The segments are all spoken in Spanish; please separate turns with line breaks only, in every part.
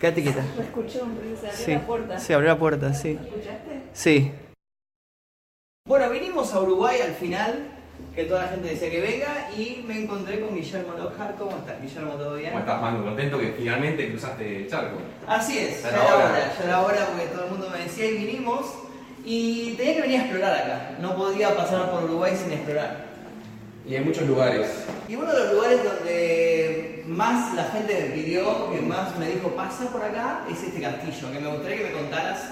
Quédate quieta.
Lo escuché, hombre, se abrió
Sí,
la puerta.
se abrió la puerta, sí.
¿Lo escuchaste?
Sí. Bueno, vinimos a Uruguay al final, que toda la gente decía que venga, y me encontré con Guillermo Lojar. ¿Cómo estás, Guillermo? ¿Todo bien?
¿Cómo estás, Manu? Contento que finalmente cruzaste el charco.
Así es, ya
Pero
era
ahora.
hora, ya era hora porque todo el mundo me decía y vinimos y tenía que venir a explorar acá, no podía pasar por Uruguay sin explorar.
Y en muchos lugares.
Y uno de los lugares donde más la gente me pidió, que más me dijo pasa por acá, es este castillo, que me gustaría que me contaras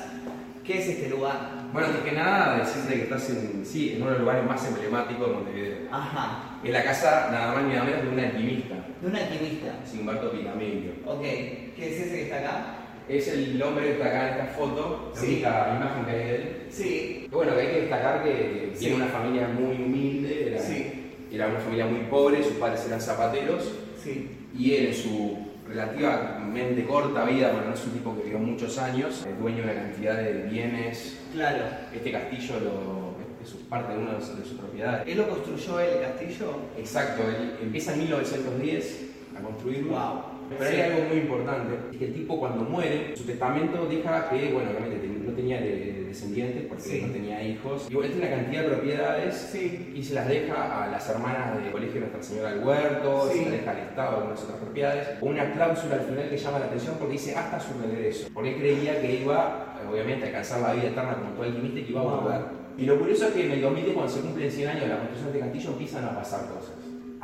qué es este lugar.
Bueno, antes que nada, decirte que estás en, sí, en uno de los lugares más emblemáticos de Montevideo.
Ajá,
Es la casa, nada más ni nada menos, de un alquimista,
de un alquimista.
Simbarto Pinamedio.
Ok, ¿qué es ese que está acá?
Es el hombre que está acá en esta foto, la
Sí.
única imagen que hay de él.
Sí,
Y Bueno, que hay que destacar que
Sí.
tiene una familia muy humilde, era,
Sí.
era una familia muy pobre, sus padres eran zapateros.
sí,
Y él en su relativamente corta vida, bueno, no es un tipo que vivió muchos años, es dueño de una cantidad de bienes.
claro.
Este castillo lo, este, es parte de una de sus de sus propiedades.
¿Él lo construyó el castillo?
Exacto, él empieza en 1910 a construirlo.
Wow.
Pero
Sí.
hay algo muy importante, es que el tipo cuando muere, su testamento deja que, bueno, obviamente ten- no tenía de- descendientes porque
Sí.
no tenía hijos. Y bueno, él tiene una cantidad de propiedades
Sí.
y se las deja a las hermanas del colegio de Nuestra Señora del Huerto,
Sí.
se las deja al Estado, algunas otras propiedades. Una cláusula al final que llama la atención porque dice hasta su regreso, porque él creía que iba, eh, obviamente, a alcanzar la vida eterna como todo alquimista y que iba a
Wow.
volver. Y lo curioso es que en el 2010, cuando se cumplen 100 años de la construcción de este castillo, empiezan a pasar cosas.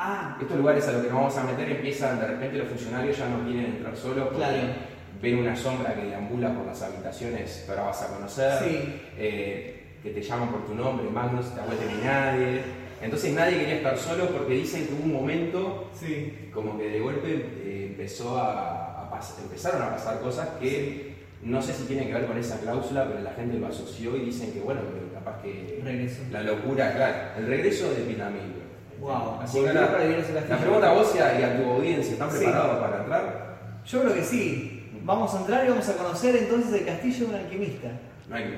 Ah,
Estos lugares a los que nos vamos a meter empiezan, de repente los funcionarios ya no quieren entrar solos porque
Claro.
ven una sombra que deambula por las habitaciones que ahora vas a conocer
sí.
eh, que te llaman por tu nombre, Magnus, te acuerdas de nadie. Entonces nadie quería estar solo porque dicen que hubo un momento
Sí.
como que de golpe eh, empezó a, a pas- empezaron a pasar cosas que no sé si tiene que ver con esa cláusula, pero la gente lo asoció y dicen que bueno, que capaz que
Regreso.
la locura, claro, el regreso de Pinamillo.
Wow.
Así que ahora, la pregunta a vos y a, y a tu audiencia, ¿están
Sí.
preparados para entrar?
Yo creo que sí. Vamos a entrar y vamos a conocer entonces el castillo de un alquimista.
No hay que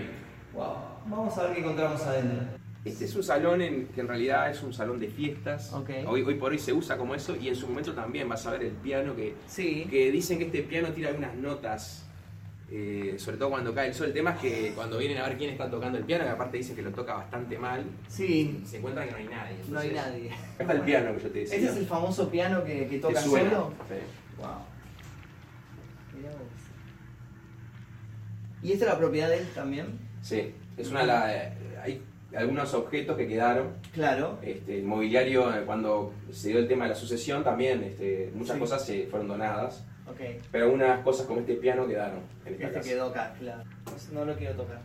Wow. Vamos a ver qué encontramos adentro.
Este es un salón en- que en realidad es un salón de fiestas.
Ok.
Hoy, hoy por hoy se usa como eso y en su momento también vas a ver el piano que,
Sí.
que dicen que este piano tira algunas notas, eh, sobre todo cuando cae el sol. El tema es que cuando vienen a ver quién está tocando el piano, que aparte dicen que lo toca bastante mal,
Sí.
se encuentran que no hay nadie.
No hay
entonces-
nadie.
Acá está el piano que yo te decía.
¿Ese es el famoso piano que, que
Te
toca
suena.
solo?
Sí.
Wow. Mirá vos. ¿Y esta es la propiedad de él también?
Sí. es una de la- eh, hay algunos objetos que quedaron
Claro.
Este, el mobiliario, eh, cuando se dio el tema de la sucesión, también este, muchas
Sí.
cosas se fueron donadas,
Ok.
pero algunas cosas como este piano quedaron en esta
Este
casa.
quedó acá, claro. No lo quiero tocar.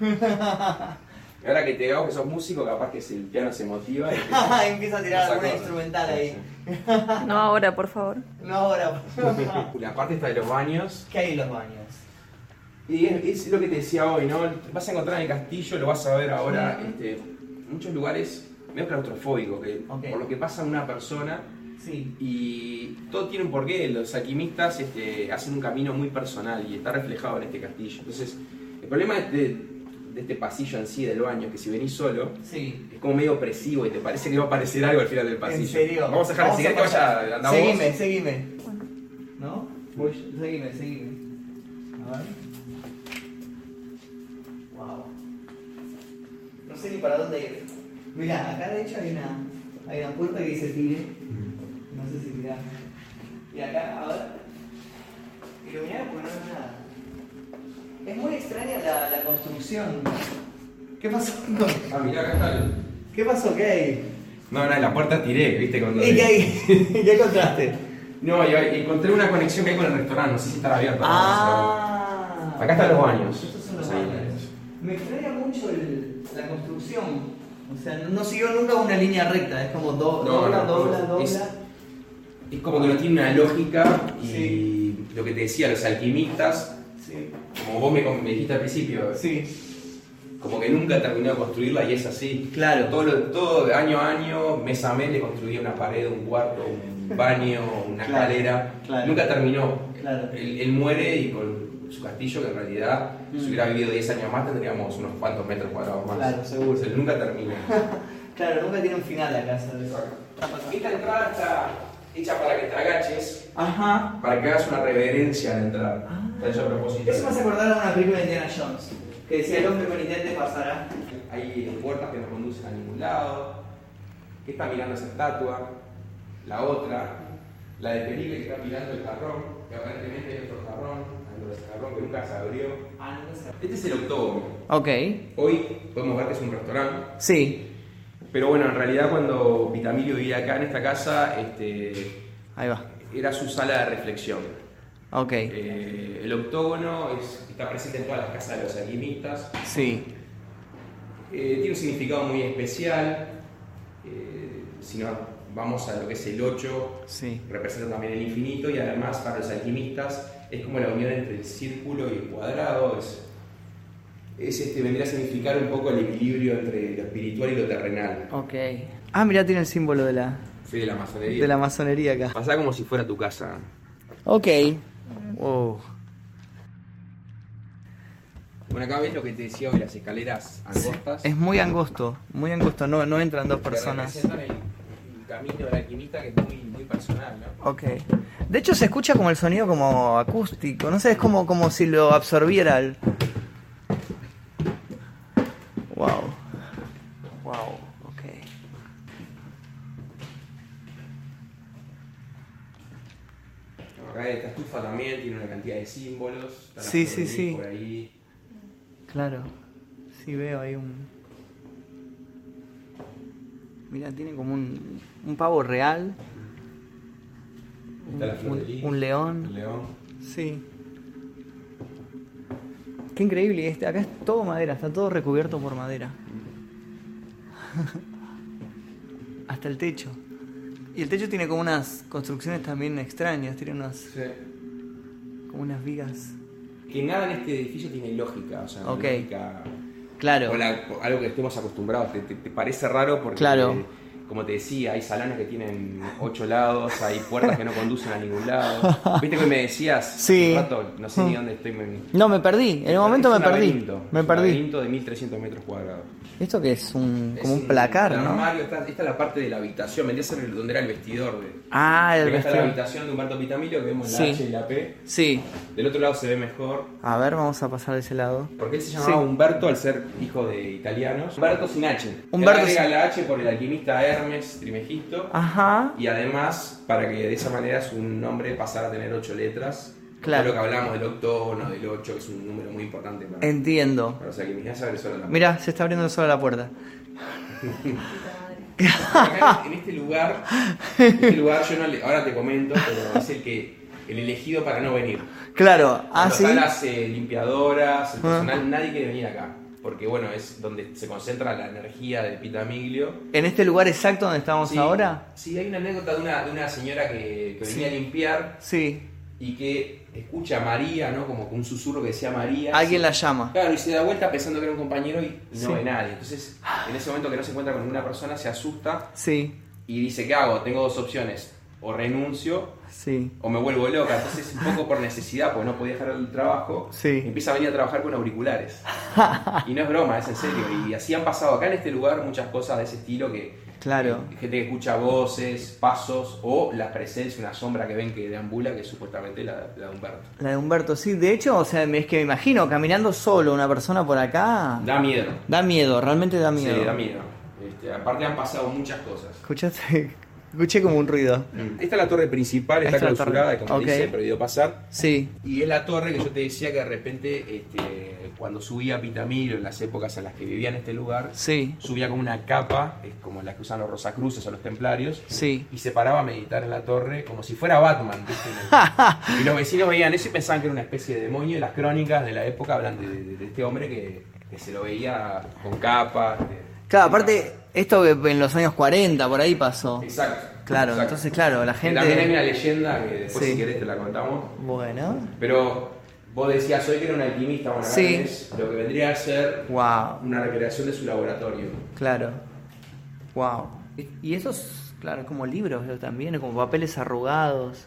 Y Ahora que te veo que sos músico, capaz que si el piano se motiva. y empieza-
Empieza a tirar
pasa
alguna
cosas.
instrumental ahí.
Sí,
No ahora, por favor.
No ahora. Ah.
sí. La parte está de los baños.
¿Qué hay en los baños?
Y es, es lo que te decía hoy, ¿no? Vas a encontrar en el castillo, lo vas a ver ahora, este, muchos lugares medio claustrofóbicos, que,
Ok.
por lo que pasa una persona.
Sí.
Y todo tiene un porqué, los alquimistas este, hacen un camino muy personal y está reflejado en este castillo. Entonces, el problema de este, de este pasillo en sí, del baño, que si venís solo,
Sí.
es como medio opresivo y te parece que va a aparecer algo al final del pasillo.
¿En serio?
Vamos a dejar de seguir que
pasar.
vaya, anda
Seguime,
vos.
seguime.
Bueno.
¿No? Voy yo. Seguime, seguime. A ver. Wow. No sé ni para dónde ir. Mirá, acá de hecho hay una, hay una puerta que dice tire. No sé si tirá. Y acá, a ver. Iluminar porque no es nada. Es muy extraña la, la construcción. ¿Qué pasó?
Ah, mirá, acá está. el-
¿Qué pasó? ¿Qué hay?
No, no, la puerta tiré, viste, cuando...
¿Y qué hay? ¿Qué encontraste?
No, y y encontré una conexión que hay con el restaurante, no sé si estará abierta.
Ah.
Acá están los baños.
Estos son los
Sí.
baños. Me extraña mucho el- la construcción. O sea, no siguió nunca una línea recta. Es como do-
No,
dobla,
no,
dobla,
no.
dobla.
Es- Es como que no tiene una lógica y
Sí.
lo que te decía, los alquimistas
Sí.
Como vos me, me dijiste al principio,
Sí.
como que nunca terminó de construirla y es así.
Claro.
Todo, lo- todo año a año, mes a mes, le construía una pared, un cuarto, un baño, una
Claro,
escalera.
claro.
Nunca terminó.
Claro.
Él, él muere y con su castillo, que en realidad,
Mm.
si hubiera vivido 10 años más, tendríamos unos cuantos metros cuadrados más.
Claro, seguro.
Él nunca termina.
Claro, nunca tiene un final la casa.
Esta entrada está hecha para que te agaches,
Ajá.
para que hagas una reverencia al entrar.
Ah.
Está hecho a propósito.
Eso me hace acordar a una película de Indiana Jones, que decía el hombre con intente pasará.
Hay puertas que no conducen a ningún lado. ¿Qué está mirando esa estatua? La otra. La de Felipe que está mirando el jarrón, que aparentemente es otro jarrón, el jarrón que nunca se abrió.
Ah, no sé.
Este es el octógono.
Ok.
Hoy podemos ver que es un restaurante.
Sí.
Pero bueno, en realidad cuando Vitamilio vivía acá en esta casa, este,
Ahí va.
era su sala de reflexión.
Ok.
Eh, el octógono es- está presente en todas las casas de los alquimistas.
Sí.
Eh, tiene un significado muy especial. Eh, si no, vamos a lo que es el 8,
Sí.
representa también el infinito y además para los alquimistas es como la unión entre el círculo y el cuadrado. Es, es, este, vendría a significar un poco el equilibrio entre lo espiritual y lo terrenal.
Ok. Ah, mirá, tiene el símbolo de la,
Fui de la masonería.
de la masonería acá.
Pasá como si fuera tu casa.
Ok. Wow.
Bueno, acá ves lo que te decía hoy, las escaleras angostas.
Es muy angosto, muy angosto, no, no entran dos
que
personas.
representan el, el camino del alquimista que es muy, muy personal, ¿no?
Ok. De hecho se escucha como el sonido como acústico, no sé, es como, como si lo absorbiera el... Wow. Wow, ok.
Acá esta estufa también tiene una cantidad de símbolos. está la
Sí,
flor de
sí,
lis
sí.
Por ahí.
Claro. Sí veo ahí un... Mira, tiene como un, un pavo real,
Está la flor de
un-
lis,
un león.
el león.
Sí. Qué increíble, este, acá es todo madera, está todo recubierto por madera. Hasta el techo. Y el techo tiene como unas construcciones también extrañas, tiene unas como unas vigas.
Que nada en este edificio tiene lógica, o sea,
Ok.
lógica.
Claro.
o la- o algo que estemos acostumbrados. Te, te- te parece raro porque,
Claro.
como te decía, hay salones que tienen ocho lados, hay puertas que no conducen a ningún lado. ¿Viste que me decías? hace
Sí.
un rato, no sé ni dónde estoy. me-
No, me perdí, en el momento
Es
me
un
perdí.
laberinto,
Me
es un
perdí.
laberinto de 1300 metros cuadrados.
Esto que es un como
Es
un placar, ¿no?
armario, está- esta es la parte de la habitación, vendría a ser el- donde era el vestidor. De,
Ah, el
acá está la
vestido.
habitación de Humberto Pitamilio, que vemos la
Sí.
H y la P.
Sí.
Del otro lado se ve mejor,
A ver, vamos a pasar de ese lado.
porque él se llamaba
Sí.
Humberto al ser hijo de italianos. Humberto sin H. Él
Humberto
agrega
sin- Ah.
la H por el alquimista Hermes Trimegisto.
Ajá.
Y además, para que de esa manera su nombre pasara a tener ocho letras.
Claro.
Todo Lo que hablamos del octono, del 8, que es un número muy importante para,
Entiendo.
para los alquimistas. Ya sabes, eso era la-
Mirá, se está abriendo sola la puerta.
Acá en este lugar, en este lugar yo no le- ahora te comento, pero es el que el elegido para no venir.
Claro, ah, sí. Ah.
Total, las eh, limpiadoras, el personal, nadie quiere venir acá. Porque bueno, es donde se concentra la energía de Pitamiglio.
En este lugar exacto donde estamos
Sí,
ahora.
Sí, hay una anécdota de una, de una señora que, que venía
Sí.
a limpiar
Sí.
y que escucha a María, ¿no? Como un susurro que decía María.
Alguien
Sí.
la llama.
Claro, y se da vuelta pensando que era un compañero y no
Sí.
ve nadie. Entonces, en ese momento que no se encuentra con ninguna persona, se asusta
Sí,
y dice, ¿qué hago? Tengo dos opciones. O renuncio
sí.
o me vuelvo loca. Entonces, un poco por necesidad, porque no podía dejar el trabajo,
Sí.
empieza a venir a trabajar con auriculares. Y no es broma, es en serio. Y así han pasado acá en este lugar muchas cosas de ese estilo que...
Claro.
que- Gente que escucha voces, pasos o la presencia, una sombra que ven que deambula, que es supuestamente la, la de Humberto.
La de Humberto, sí. De hecho, o sea, es que me imagino caminando solo una persona por acá.
Da miedo.
Da miedo, realmente da miedo.
Sí, da miedo. Este, aparte han pasado muchas cosas.
¿Escuchaste? Escuché como un ruido.
Esta es la torre principal, está
Mm. Esta es la
clausurada,
torre.
como te
Ok.
dice, prohibido pasar.
Sí,
Y es la torre que yo te decía que de repente, este, cuando subía a Pitamilio, en las épocas en las que vivía en este lugar,
sí,
subía como una capa, es como la que usan los rosacruces o los templarios,
sí.
y se paraba a meditar en la torre como si fuera Batman. ¿viste? y los vecinos veían eso y pensaban que era una especie de demonio, y las crónicas de la época hablan de, de- de este hombre que, que se lo veía con capa. este.
Claro, aparte, esto que en los años 40 por ahí pasó.
Exacto.
Claro,
exacto.
entonces, claro, la gente.
También hay una leyenda que después
Sí.
si querés te la contamos.
Bueno,
Pero vos decías hoy que era un alquimista, bueno, acá
Sí.
tenés lo que vendría a ser
wow,
una recreación de su laboratorio.
claro. Wow. Y esos, claro, como libros ¿no? también, como papeles arrugados.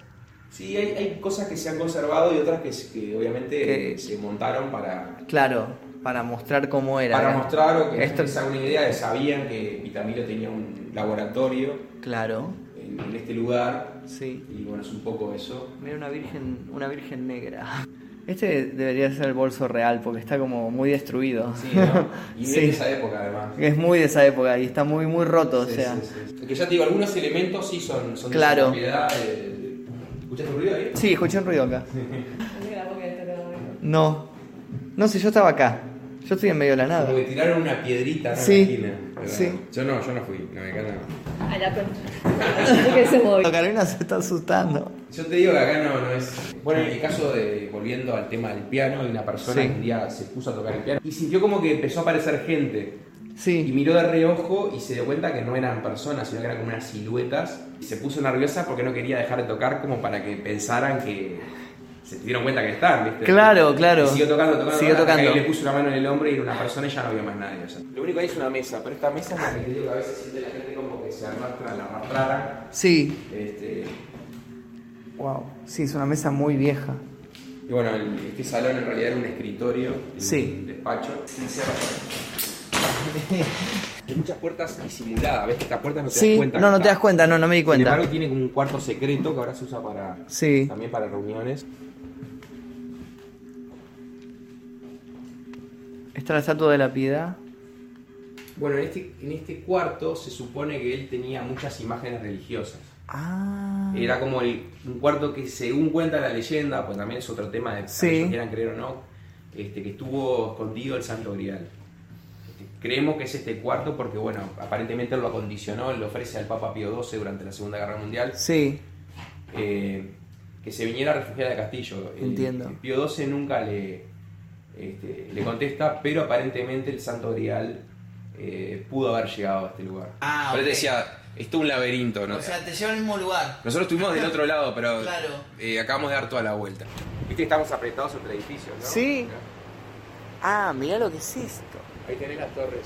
Sí, hay, hay cosas que se han conservado y otras que, s- que obviamente
Que-
se montaron para,
Claro, para mostrar cómo era.
para
¿no?
mostrar o que
Esto-
esto es una idea de sabían que Vitamilo tenía un laboratorio
Claro,
en, en este lugar
Sí.
Y bueno, es un poco eso.
Mira una virgen, una virgen negra. Este debería ser el bolso real porque está como muy destruido.
Sí, ¿no? Y
Sí.
de esa época además.
Es muy de esa época y está muy muy roto,
Sí,
o sea.
sí, sí. Que ya te digo, algunos elementos sí son, son
Claro.
de esa propiedad. eh, ¿Escuchaste el ruido ahí?
Sí, escuché un ruido acá.
Ponle la boca de este lado, ¿eh?
No. No sé, yo estaba acá. Yo estoy en medio de la nada.
Como que tiraron una piedrita acá
Sí,
en la esquina. ¿verdad?
sí.
Yo no, yo no fui, no me encanta.
A la concha. Así que se movió.
Carolina se está asustando.
Yo te digo que acá no, no es. Bueno, en el caso de, volviendo al tema del piano, de una persona
Sí.
que un día se puso a tocar el piano y sintió como que empezó a aparecer gente. Y
Sí.
miró de reojo y se dio cuenta que no eran personas, sino que eran como unas siluetas. Y se puso nerviosa porque no quería dejar de tocar, como para que pensaran que. Se dieron cuenta que están, ¿viste?
Claro, claro.
Y siguió tocando, tocando.
Siguió
hasta que
tocando.
alguien le puso una mano en el hombro y era una persona y ya no había más nadie. o sea. Lo único ahí es una mesa, pero esta mesa es la que te digo que a veces siente la gente como que se arrastra, la arrastrara.
Sí.
Este,
Wow. Sí, es una mesa muy vieja.
y bueno, el- este salón en realidad era un escritorio, un
Sí.
despacho. Hay muchas puertas disimuladas, ¿ves? Que estas puertas no te das
Sí.
cuenta.
No,
que
no te das
está.
cuenta, no, no me di
Sin
cuenta.
embargo, tiene como un cuarto secreto que ahora se usa para
Sí.
también para reuniones.
Está la estatua de la piedad.
Bueno, en este, en este cuarto se supone que él tenía muchas imágenes religiosas.
Ah.
Era como el, un cuarto que, según cuenta la leyenda, pues también es otro tema de
Sí.
si quieran creer o no, este, que estuvo escondido el Santo Grial. Este, creemos que es este cuarto porque, bueno, aparentemente lo acondicionó, lo ofrece al Papa Pío XII durante la Segunda Guerra Mundial.
Sí.
eh, que se viniera a refugiar al castillo. El-
Entiendo.
el Pío XII nunca le, este, le contesta, pero aparentemente el Santo Grial eh, pudo haber llegado a este lugar.
Ah,
Pero él
ok.
decía, esto es un laberinto, ¿no?
te lleva al mismo lugar.
Nosotros estuvimos del otro lado, pero
Claro.
eh, acabamos de dar toda la vuelta. Viste que estamos apretados entre edificios, ¿no?
Sí. Ah, mirá lo que es esto.
Ahí tenés las torres.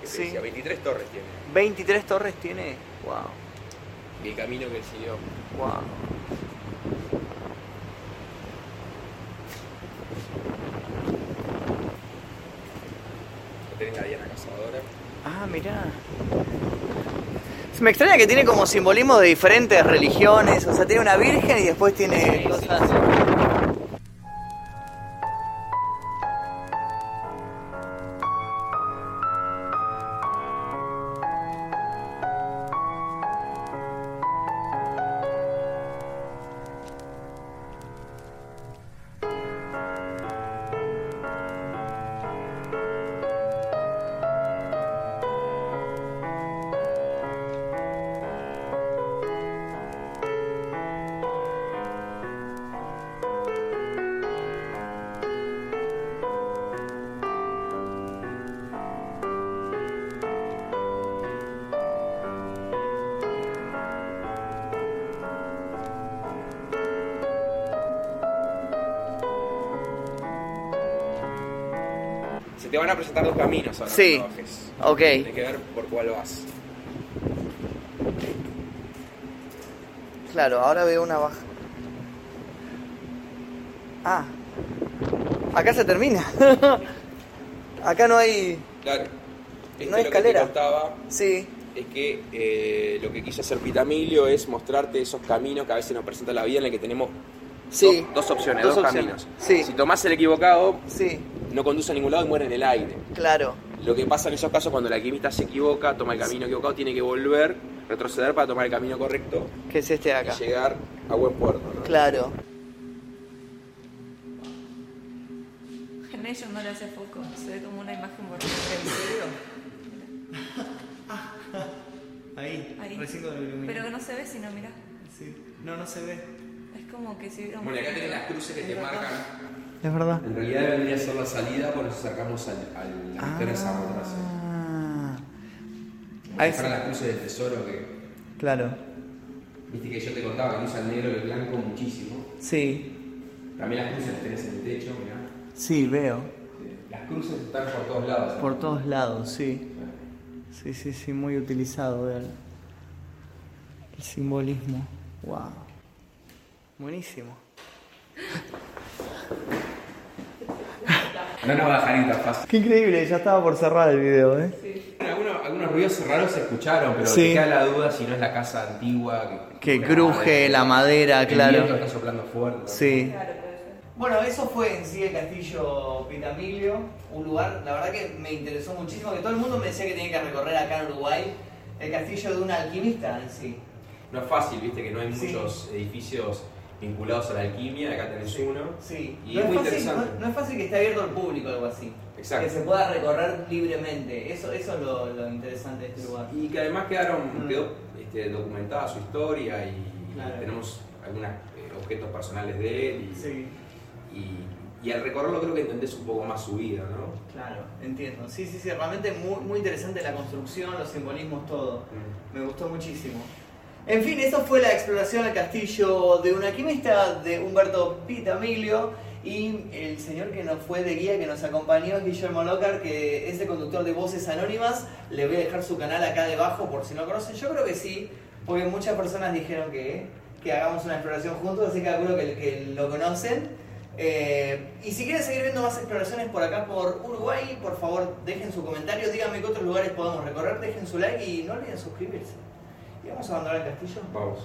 que te Sí. decía,
23 torres tiene.
23 torres tiene. Wow.
Y el camino que siguió.
Wow.
Tenés la Diana Cazadora.
Ah, mirá. Se me extraña que tiene como simbolismo de diferentes religiones. O sea, tiene una virgen y después tiene cosas.
Se te van a presentar dos caminos ahora.
Sí.
no te bajes.
Ok.
Hay que ver por cuál vas.
Claro, ahora veo una baja. Ah. Acá se termina. Acá no hay.
Claro. Esto
No hay escalera.
Lo que te contaba
Sí.
es que eh, lo que quiso hacer Pitamilio es mostrarte esos caminos que a veces nos presenta la vida en la que tenemos
Sí.
dos, dos opciones,
Dos
dos,
opciones.
caminos.
Sí.
Si tomás el equivocado,
Sí,
no conduce a ningún lado y muere en el aire.
claro.
Lo que pasa en esos casos cuando el alquimista se equivoca, toma el camino equivocado, tiene que volver, retroceder para tomar el camino correcto
Que es este de acá.
y llegar a buen puerto. ¿no?
Claro.
En ellos no le hace foco. Se ve como una imagen borrosa. ¿En serio?
Ahí,
Ahí.
recién con el iluminado.
Pero que no se ve si no mirás.
Sí. No, no se ve.
Es como que si hubiera un-
Bueno, y acá tenés las cruces que te marcan.
Es verdad.
En realidad vendría a ser la salida cuando nos acercamos al, al
Ah.
de San Borrás.
Ahí
Para
sí.
las cruces del tesoro que
Claro.
Viste que yo te contaba que usa el negro y el blanco muchísimo.
Sí,
También las cruces las tenés en el techo, mirá.
sí, veo.
Las cruces están por todos lados.
Por todos lados, sí. Sí, sí, sí, muy utilizado veo el, el simbolismo. Wow. Buenísimo.
No nos va a dejar ir tan fácil.
Qué increíble, ya estaba por cerrar el video, ¿eh?
Sí.
Algunos, algunos ruidos raros se escucharon, pero
Sí.
te queda la duda si no es la casa antigua.
Que cruje la madera,
el
claro.
viento está soplando fuerte.
Sí.
Claro, puede ser.
Bueno, eso fue en sí el castillo Pitamilio, un lugar, la verdad que me interesó muchísimo, que todo el mundo me decía que tenía que recorrer acá en Uruguay el castillo de un alquimista en sí.
No es fácil, viste, que no hay
Sí.
muchos edificios vinculados a la alquimia. Acá tenés uno.
Sí,
Y
no
es
es,
muy
fácil,
interesante.
no- no es fácil que esté abierto al público o algo así.
Exacto.
Que se pueda recorrer libremente. Eso, eso es lo, lo interesante de este lugar.
Y que además quedaron,
Mm.
quedó este, documentada su historia y
Claro.
tenemos algunos eh, objetos personales de él. Y, y, y al recorrerlo creo que entendés un poco más su vida, ¿no?
claro, entiendo. Sí, sí, sí, realmente muy, muy interesante la construcción, los simbolismos, todo. Me gustó muchísimo. En fin, eso fue la exploración al castillo de un alquimista de Humberto Pitamiglio. Y el señor que nos fue de guía, que nos acompañó, es Guillermo Locar, que es el conductor de Voces Anónimas. Le voy a dejar su canal acá debajo por si no conocen. Yo creo que sí, porque muchas personas dijeron que, que hagamos una exploración juntos, así que calculo que, que lo conocen. Eh, y si quieren seguir viendo más exploraciones por acá, por Uruguay, por favor dejen su comentario, díganme qué otros lugares podemos recorrer, dejen su like y no olviden suscribirse. ¿Y vamos a abandonar el castillo?
Vamos.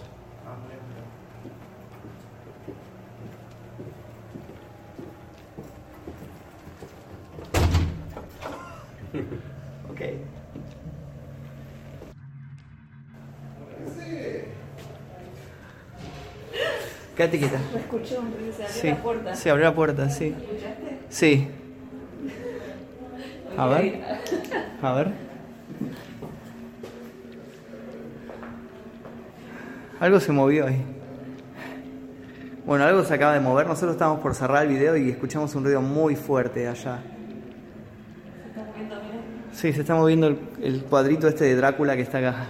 Ok. Quédate quieta.
Lo escuché, entonces se abrió
Sí.
la puerta.
Se abrió la puerta, sí.
¿Escuchaste?
Sí. A
Ok.
ver. A ver. Algo se movió ahí. Bueno, algo se acaba de mover. Nosotros estábamos por cerrar el video y escuchamos un ruido muy fuerte allá.
Se está moviendo, mira.
Sí, se está moviendo el, el cuadrito este de Drácula que está acá.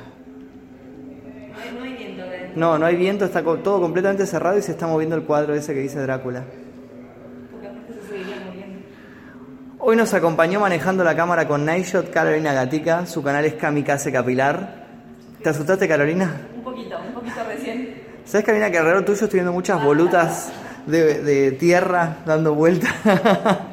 Ay, No hay viento, ¿ves?
No, no hay viento, está co- todo completamente cerrado y se está moviendo el cuadro ese que dice Drácula.
Porque aparte se seguiría moviendo.
Hoy nos acompañó manejando la cámara con Nightshot Carolina Gatica. Su canal es Kamikaze Capilar. ¿Te asustaste, Carolina?
Un poquito, un poquito recién.
¿Sabes, Carolina, que alrededor tuyo estoy viendo muchas volutas de, de tierra dando vueltas?